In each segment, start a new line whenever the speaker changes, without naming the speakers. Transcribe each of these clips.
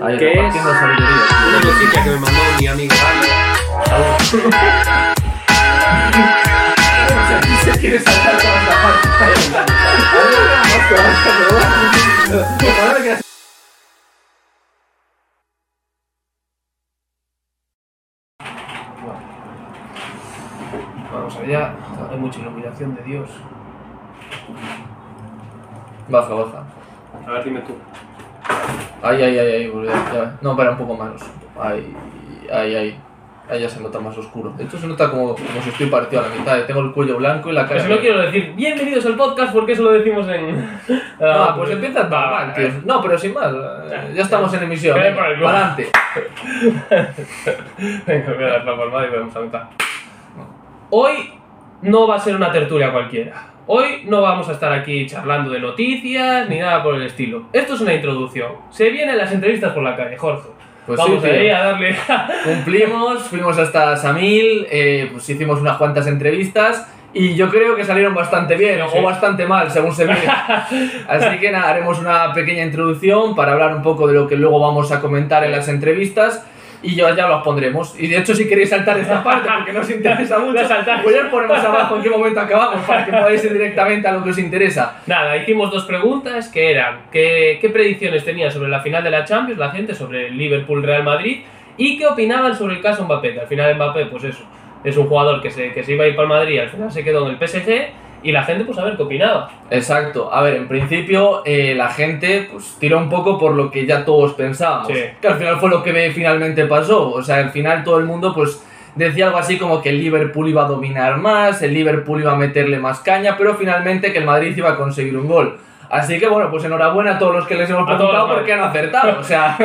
Ahí,
¿Qué es?
repartiendo sabiduría.
Una cosita que me mandó mi amiga Ana.
Se quiere saltar con la parte.
Vamos allá. Hay mucha iluminación de Dios.
Baja, baja.
A ver, dime tú.
Ay, ay, ay, ay, boludo, ya. No, para un poco más. Ay, ay, ay. Ahí ya se nota más oscuro. De hecho, se nota como, como si estoy partido a la mitad. Eh, Tengo el cuello blanco y la cara.
Pues no quiero decir bienvenidos al podcast porque eso lo decimos en.
Ah, pues empieza normal,
va,
tío. No, pero sin más. eh, Ya estamos en emisión.
Vale,
venga,
para el culo.
Adelante.
Venga, voy a dar la palmada y vamos a mitad. Hoy no va a ser una tertulia cualquiera. Hoy no vamos a estar aquí charlando de noticias ni nada por el estilo. Esto es una introducción. Se vienen las entrevistas por la calle, Jorge.
Pues sí,
vamos
tío.
ahí a darle.
Cumplimos, fuimos hasta Samil, eh, pues hicimos unas cuantas entrevistas y yo creo que salieron bastante bien
Sí.
o bastante mal, según se mire. Así que nada, haremos una pequeña introducción para hablar un poco de lo que luego vamos a comentar en las entrevistas y yo ya los pondremos. Y de hecho, si queréis saltar esta parte porque nos interesa mucho,
La saltáis.
pues ya os ponemos abajo en qué momento acabamos para que podáis ir directamente a lo que os interesa.
Nada, hicimos dos preguntas que eran ¿qué, qué predicciones tenían sobre la final de la Champions la gente, sobre el Liverpool-Real Madrid y qué opinaban sobre el caso Mbappé, que al final Mbappé, pues eso, es un jugador que se, que se iba a ir para el Madrid, al final se quedó en el PSG y la gente, pues a ver qué opinaba.
Exacto. A ver, en principio eh, la gente pues tiró un poco por lo que ya todos pensábamos.
Sí.
Que al final fue lo que finalmente pasó. O sea, al final todo el mundo pues decía algo así como que el Liverpool iba a dominar más, el Liverpool iba a meterle más caña, pero finalmente que el Madrid iba a conseguir un gol. Así que bueno, pues enhorabuena a todos los que les hemos
A todos
preguntado
los
porque han acertado. O sea,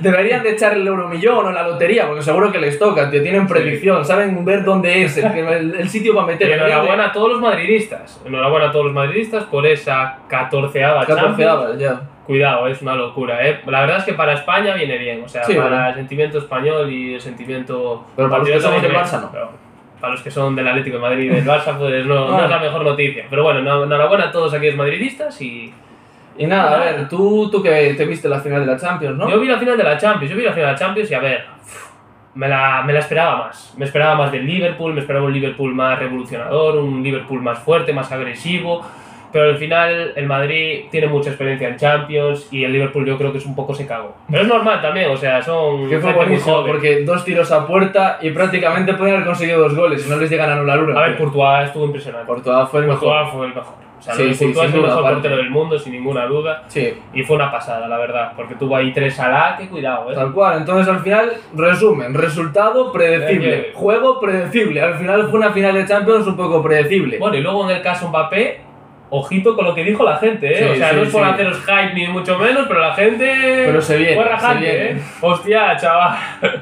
deberían de echar el euromillón o la lotería, porque seguro que les toca, tío. Tienen predicción, saben ver dónde es, el, el- el sitio para
Y
meter.
enhorabuena a todos los madridistas, enhorabuena a todos los madridistas por esa catorceava Champions.
14 ya.
Cuidado, es una locura, ¿eh? La verdad es que para España viene bien, o sea,
Sí,
para
bueno.
el sentimiento español y el sentimiento...
Pero para los que
patriota
somos del
viene
Barça,
bien,
no.
pero para los que son del Atlético de Madrid y del Barça, pues no, no
Ah.
es la mejor noticia. Pero bueno, no- enhorabuena a todos aquellos madridistas y...
Y nada, a ver, tú, tú que te viste la final de la Champions, ¿no?
Yo vi la final de la Champions, yo vi la final de la Champions y a ver... uf, Me la, me la esperaba más. Me esperaba más del Liverpool, me esperaba un Liverpool más revolucionador, un Liverpool más fuerte, más agresivo. Pero al final el Madrid tiene mucha experiencia en Champions y el Liverpool yo creo que es un poco se cagó. Pero es normal también, o sea, son
que fue
gente muy
buenísimo,
joven.
porque dos tiros a puerta y prácticamente pueden haber conseguido dos goles, si no les llegan a anular uno.
A ver, Courtois estuvo impresionante.
Courtois fue el mejor.
Courtois fue el mejor. O sea,
Sí,
lo de
sí,
Courtois
sin
es el
duda,
mejor
aparte.
portero del mundo, sin ninguna duda.
Sí,
Y fue una pasada, la verdad, porque tuvo ahí tres a la, que cuidado, ¿eh?
tal cual. Entonces, al final, resumen, resultado
Ya,
predecible,
ya.
juego predecible. Al final fue una final de Champions un poco predecible.
Eh, Bueno, y luego en el caso Mbappé, ojito con lo que dijo la gente, ¿eh?
Sí,
o sea,
sí,
no es por
sí.
haceros hype ni mucho menos, pero la gente.
Pero se viene,
Fue
se
rajante,
viene.
¿eh? Hostia, chaval.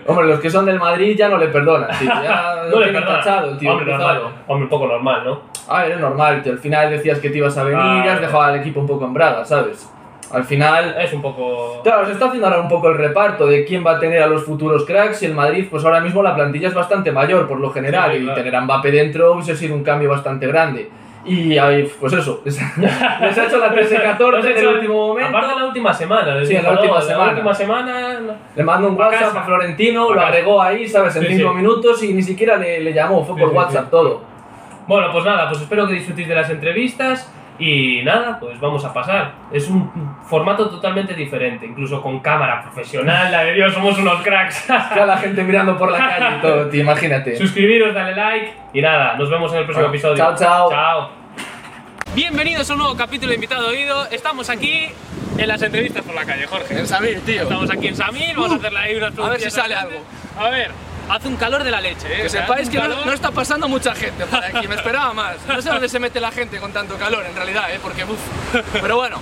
Hombre, los que son del Madrid ya no le perdonan, tío. Ya
no
lo
le
tienen
perdonan.
tachado, tío.
Hombre,
cruzado.
normal. Hombre, un poco normal, ¿no?
A ver, es normal, tío. Al final decías que te ibas a venir,
Ah.
has dejado al equipo un poco en braga, ¿sabes? Al final,
Es un poco.
Claro, se está haciendo ahora un poco el reparto de quién va a tener a los futuros cracks y el Madrid, pues ahora mismo la plantilla es bastante mayor por lo general
Sí,
y
claro.
tener a Mbappé dentro hubiese sido un cambio bastante grande. Y ahí, pues eso, les les ha hecho la 13-14 en el
hecho-
último momento.
Aparte de la última semana, les
Sí, en la
dijo, ¿no?
última semana.
La última semana. no.
Le mandó un
Pa'
WhatsApp
casa.
a Florentino,
Pa'
lo
casa.
agregó ahí, ¿sabes? En
Sí,
5
sí.
minutos y ni siquiera le, le llamó, fue
Sí,
por
sí,
WhatsApp
sí.
todo.
Bueno, pues nada, pues espero que disfrutéis de las entrevistas y nada, pues vamos a pasar. Es un formato totalmente diferente, incluso con cámara profesional, la de Dios, somos unos cracks.
Ya la gente mirando por la calle y todo, tío, imagínate.
Suscribiros, dale like y nada, nos vemos en el próximo
Bueno,
episodio.
chao, chao.
Chao. Bienvenidos a un nuevo capítulo de Invitado Oído. Estamos aquí en las entrevistas por la calle, Jorge.
Samir, tío.
Estamos aquí en Samir, vamos a hacerle ahí unas
Uh, a ver si
preguntillas
sale
antes.
algo.
A ver, hace un calor de la leche, eh. O sea, hace un calor-
está pasando mucha gente por aquí, me esperaba más. No sé dónde se mete la gente con tanto calor en realidad, ¿eh? porque uff. Pero bueno,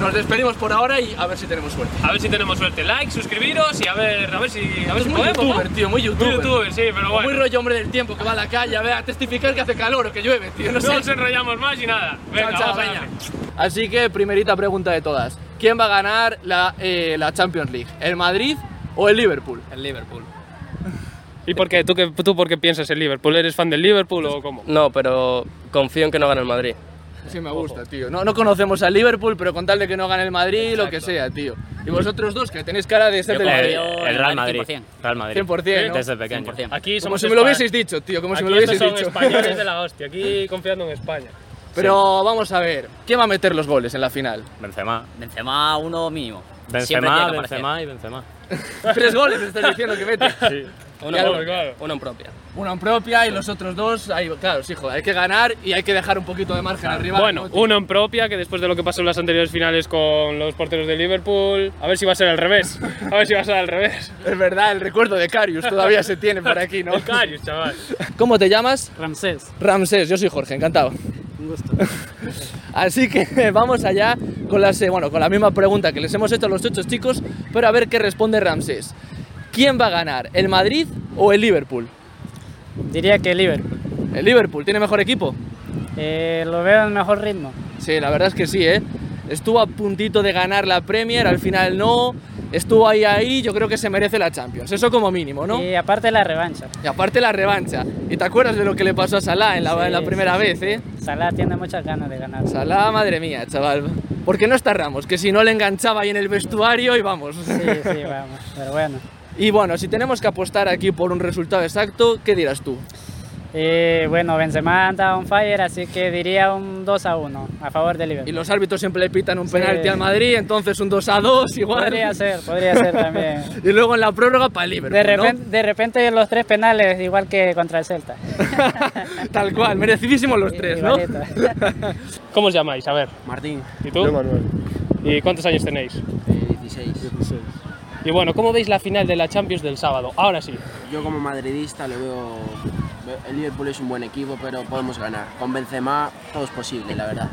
nos despedimos por ahora y a ver si tenemos suerte.
A ver si tenemos suerte. Like, suscribiros y a ver, a ver si, a ver
Es
si
muy
podemos.
youtuber,
¿no?
tío, muy
Muy
youtuber.
youtuber, sí, pero
Muy
bueno.
rollo hombre del tiempo que va a la calle a, ver, a testificar que hace calor o que llueve, tío. No
No
sé.
nos enrollamos más y nada. Venga,
Chao, chao,
vamos a
venga.
darle.
Así que primerita pregunta de todas. ¿Quién va a ganar la, eh, la Champions League? ¿El Madrid o el Liverpool?
El Liverpool.
¿Y por qué? ¿Tú, qué? ¿Tú por qué piensas en Liverpool? ¿Eres fan del Liverpool o cómo?
No, pero confío en que no gane el Madrid.
Sí, me
Eh, Ojo.
gusta, tío. No, no conocemos al Liverpool, pero con tal de que no gane el Madrid, lo que
Exacto.
sea, tío. Y vosotros dos, que tenéis cara de ser del
El,
Madrid.
confío en
el Real
el
Madrid.
100%.
Real Madrid.
100%, ¿no?
Desde pequeño.
100%.
Aquí
Como
somos
si me lo
espa-
hubieseis dicho, tío, como si me lo
aquí estos
hubieseis
son
dicho.
españoles de la hostia, aquí confiando en España.
Pero vamos a ver, ¿quién va a meter los goles en la final?
Benzema.
Benzema uno mínimo. Siempre
Benzema,
tiene que aparecer.
Benzema y Benzema.
Tres goles, estás diciendo que mete.
Uno,
Claro,
propio.
claro.
uno en propia.
Uno en propia y los otros dos, ahí, claro, sí, joder, hay que ganar y hay que dejar un poquito de margen arriba.
Bueno,
¿no, tío?
uno en propia, que después de lo que pasó en las anteriores finales con los porteros de Liverpool, a ver si va a ser al revés. A ver si va a ser al revés.
Es verdad, el recuerdo de Carius todavía se tiene por aquí, ¿no?
El Carius, chaval.
¿Cómo te llamas?
Ramsés,
Ramsés, yo soy Jorge, encantado.
un gusto.
Así que vamos allá con, las, eh, bueno, con la misma pregunta que les hemos hecho a los ocho chicos, pero a ver qué responde Ramsés. ¿Quién va a ganar, el Madrid o el Liverpool?
Diría que Liverpool.
¿El Liverpool tiene mejor equipo?
Eh, lo veo en mejor ritmo.
Sí, la verdad es que sí, ¿eh? Estuvo a puntito de ganar la Premier, al final no. Estuvo ahí, ahí, yo creo que se merece la Champions, eso como mínimo, ¿no?
Y aparte la revancha.
Y aparte la revancha. ¿Y te acuerdas de lo que le pasó a Salah en la,
Sí,
en la
sí,
primera
sí.
vez, eh?
Salah tiene muchas ganas de ganar.
Salah, madre mía, chaval. ¿Por qué no está Ramos? Que si no le enganchaba ahí en el vestuario y vamos.
Sí, sí, vamos. Pero bueno.
Y bueno, si tenemos que apostar aquí por un resultado exacto, ¿qué dirás tú?
Y bueno, Benzema anda on fire, así que diría un 2 a 1 a favor de
Y
Liverpool.
los árbitros siempre le pitan un
Sí.
penalti al Madrid, entonces un 2 a 2 igual.
Podría ser, podría ser también.
Y luego en la prórroga para el Liverpool,
De
¿no?
repente, de repente los tres penales, igual que contra el Celta.
Tal cual, merecidísimos los tres, ¿no?
Igualito.
¿Cómo os llamáis? A ver.
Martín,
¿Y tú? ¿Y cuántos años tenéis?
Eh,
16.
Y bueno, ¿cómo veis la final de la Champions del sábado? Ahora sí.
Yo como madridista le veo... El Liverpool es un buen equipo, pero podemos ganar. Con Benzema todo es posible, la verdad.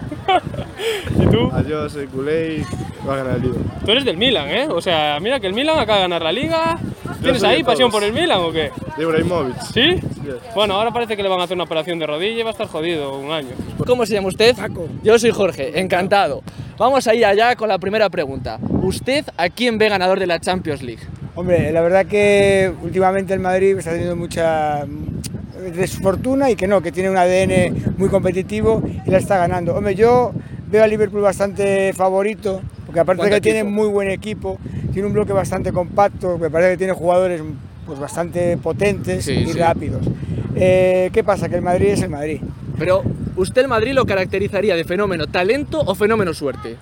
¿Y tú?
Adiós, soy culé y va a ganar el libro.
Tú eres del Milan, ¿eh? O sea, mira que el Milan acaba de ganar la liga. ¿Tienes
soy de
ahí pasión por
todos.
el Milan o qué?
De Ibrahimovic.
¿Sí?
Sí.
Bueno, ahora parece que le van a hacer una operación de rodilla y va a estar jodido un año.
¿Cómo se llama usted? Yo soy Jorge, encantado. Vamos ahí allá con la primera pregunta. ¿Usted a quién ve ganador de la Champions League?
Hombre, la verdad que últimamente el Madrid está teniendo mucha mm, desfortuna y que no, que tiene un ADN muy competitivo y la está ganando. Hombre, yo veo a Liverpool bastante favorito, porque aparte de
¿Cuánto
que tiene
equipo?
muy buen equipo, tiene un bloque bastante compacto, me parece que tiene jugadores pues, bastante potentes
Sí,
y
sí.
rápidos. Eh, ¿Qué pasa? Que el Madrid es el Madrid.
Pero, ¿usted el Madrid lo caracterizaría de fenómeno talento o fenómeno suerte?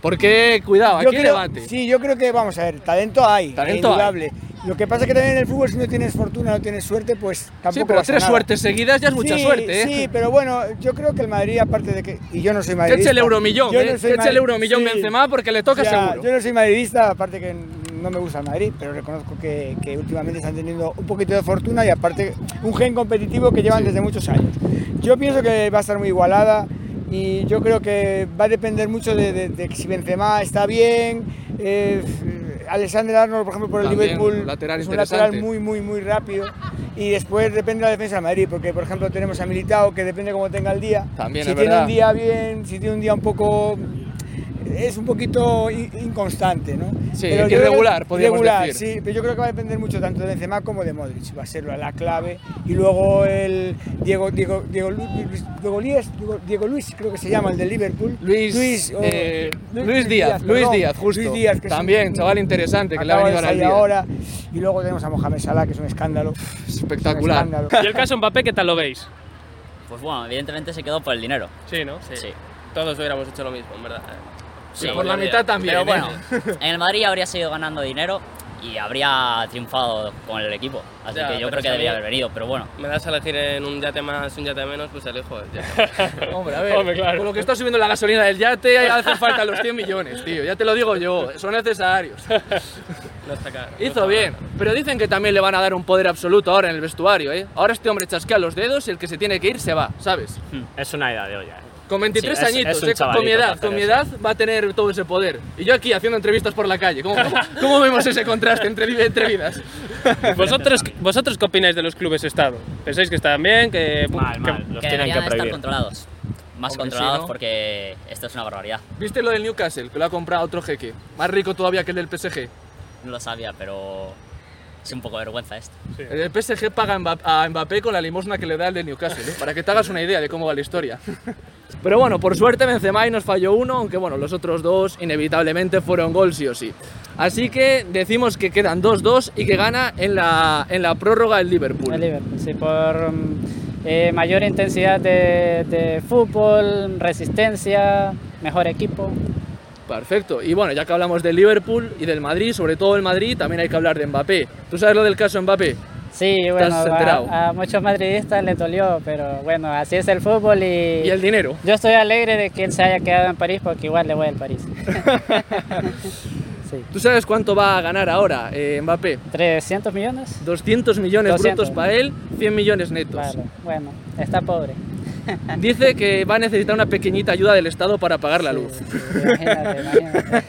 Porque, cuidado, aquí
Yo
hay
creo-
debate.
Sí, yo creo que, vamos a ver, talento hay,
Talento
talento indudable. Lo que pasa es que también en el fútbol, si no tienes fortuna, no tienes suerte, pues tampoco
Sí, pero
vas a
tres
nada.
suertes seguidas ya es mucha
Sí,
suerte, ¿eh?
Sí, pero bueno, yo creo que el Madrid, aparte de que. Y yo no soy
Que
madridista.
eche el euromillón,
Yo
¿eh?
no soy
Que eche el
madri-
euromillón
sí.
Benzema porque le toca
Ya,
seguro.
Yo no soy madridista, aparte que no me gusta el Madrid, pero reconozco que, que últimamente están teniendo un poquito de fortuna y aparte un gen competitivo que llevan desde muchos años. Yo pienso que va a estar muy igualada y yo creo que va a depender mucho de, de- de si Benzema está bien. eh, Alexander Arnold, por ejemplo, por el
También,
Liverpool,
un lateral
es un lateral
interesante.
muy, muy, muy rápido. Y después depende de la defensa del Madrid, porque por ejemplo tenemos a Militao, que depende cómo tenga el día.
También,
si
es
tiene
verdad.
un día bien, si tiene un día un poco es un poquito in- inconstante, ¿no?
Sí,
yo creo-
irregular, podríamos
irregular,
decir.
sí, pero yo creo que va a depender mucho tanto de Benzema como de Modric, va a ser la, la clave. Y luego el Diego, Diego, Diego, Lu- Luis, Diego, Luis, Diego, Diego Luis, creo que se llama, el de Liverpool.
Luis,
o-
eh, Luis Díaz, Luis
perdón,
Díaz, justo.
Luis Díaz, que es
También,
un-
chaval interesante, que le ha
acaba de
venido ahora el
salir
día.
ahora. Y luego tenemos a Mohamed Salah, que es un escándalo.
Espectacular.
Un escándalo.
¿Y el caso Mbappé qué tal lo veis?
Pues bueno, evidentemente se quedó por el dinero.
Sí, ¿no?
Sí.
Todos hubiéramos hecho lo mismo, en verdad. eh.
Sí.
por la mitad también.
Pero
¿eh?
bueno, en el Madrid habría seguido ganando dinero y habría triunfado con el equipo. Así
Ya,
que yo
pero si
creo que
a mí-
debería haber venido, pero bueno.
Me das a elegir en un yate más, un yate menos, pues elijo el yate.
Hombre, a ver,
Hombre, claro.
con lo que está subiendo la gasolina del yate, hace falta los 100 millones, tío. Ya te lo digo yo, son necesarios.
No está caro.
Hizo bien, pero dicen que también le van a dar un poder absoluto ahora en el vestuario, ¿eh? Ahora este hombre chasquea los dedos y el que se tiene que ir se va, ¿sabes?
hmm.
Es una edad de olla. eh.
Con 23
Sí, es-
añitos,
es un
¿eh? con mi
chavalito para
edad,
hacer
con mi
eso.
edad va a tener todo ese poder. Y yo aquí haciendo entrevistas por la calle, ¿cómo, cómo vemos ese contraste entre, vi- entre vidas?
¿Vosotros, ¿Vosotros qué opináis de los clubes Estado? ¿Pensáis que están bien? Que,
Mal,
que-
mal. Los
que
tienen
deberían
que
estar
prohibir.
controlados. Más
Hombre, sí,
controlados
¿no?
porque esto es una barbaridad.
¿Viste lo del Newcastle, que lo ha comprado otro jeque? Más rico todavía que el del PSG.
No lo sabía, pero es un poco vergüenza esto.
El del PSG paga a Mbap- a Mbappé con la limosna que le da el de Newcastle, ¿eh? para que te hagas una idea de cómo va la historia. Pero bueno, por suerte Benzema y nos falló uno, aunque bueno, los otros dos inevitablemente fueron gol sí o sí. Así que decimos que quedan 2-2 y que gana en la, en la prórroga el Liverpool.
El Liverpool, sí, por mm, eh, mayor intensidad de, de fútbol, resistencia, mejor equipo.
Perfecto. Y bueno, ya que hablamos del Liverpool y del Madrid, sobre todo el Madrid, también hay que hablar de Mbappé. ¿Tú sabes lo del caso Mbappé?
Sí, bueno,
¿Estás enterado?
a, a muchos madridistas les dolió, pero bueno, así es el fútbol y,
Y el dinero.
yo estoy alegre de que él se haya quedado en París porque igual le voy al París. sí.
¿Tú sabes cuánto va a ganar ahora eh, Mbappé?
¿300 millones?
200 millones
200.
brutos para él, 100 millones netos.
Claro, bueno, está pobre.
Dice que va a necesitar una pequeñita ayuda del Estado para pagar la luz.
Imagínate, imagínate.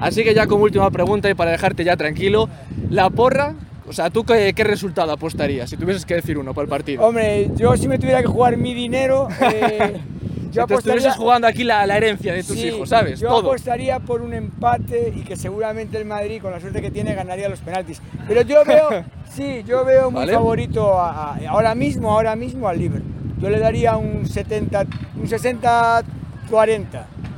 Así que ya como última pregunta y para dejarte ya tranquilo, la porra, o sea, ¿tú qué, qué resultado apostarías si tuvieses que decir uno para el partido?
Hombre, yo si me tuviera que jugar mi dinero, eh, yo
si te
apostaría...
estuvieses jugando aquí la, la herencia de tus
Sí,
hijos, ¿sabes?
Yo
Todo.
apostaría por un empate y que seguramente el Madrid, con la suerte que tiene, ganaría los penaltis. Pero yo veo, sí, yo veo muy
Vale.
favorito a- a- ahora mismo, ahora mismo al Liverpool. Yo le daría un 70, un 60-40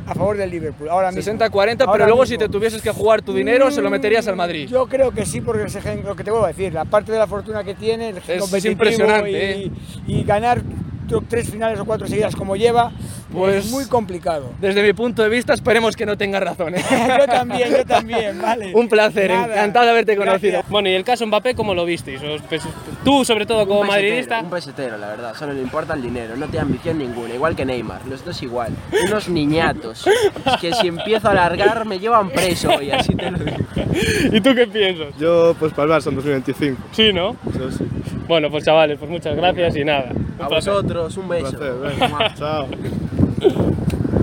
a favor del Liverpool. Ahora mismo.
60-40, pero
Ahora
luego si
mismo.
te tuvieses que jugar tu dinero, se lo meterías al
Mm,
Madrid.
Yo creo que sí, porque ese gen- lo que te vuelvo a decir, la parte de la fortuna que tiene, el gen
Es
competitivo
impresionante,
y,
¿eh?
y ganar tro- tres finales o cuatro seguidas como lleva,
Pues-
es muy complicado.
Desde mi punto de vista, esperemos que no tengas razón. ¿eh?
yo también, yo también, vale.
Un placer,
Nada.
encantado de haberte conocido.
Gracias.
Bueno, y el caso Mbappé, ¿cómo lo visteis? Os pes- Tú, sobre todo, como
Un pesetero,
madridista.
Un pesetero, la verdad. Solo le importa el dinero. No tiene ambición ninguna. Igual que Neymar. Los dos igual. Unos niñatos. Es que si empiezo a alargar me llevan preso y así te lo digo.
¿Y tú qué piensas?
Yo, pues para el Barça en 2025.
Sí, ¿no?
Eso sí.
Bueno, pues chavales, pues muchas gracias y nada. Un
A
placer.
vosotros, un beso.
Placer, venga. Chao.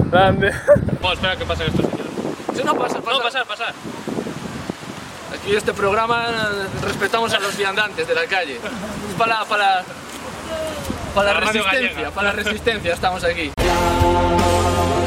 Grande. Bueno, espera, ¿qué pasa estos señores?
no pasa,
No, pasar, pasar.
Aquí este programa respetamos a los viandantes de la calle. Es para, para, para
La radio
resistencia,
gallega.
para la resistencia estamos aquí.
Quiero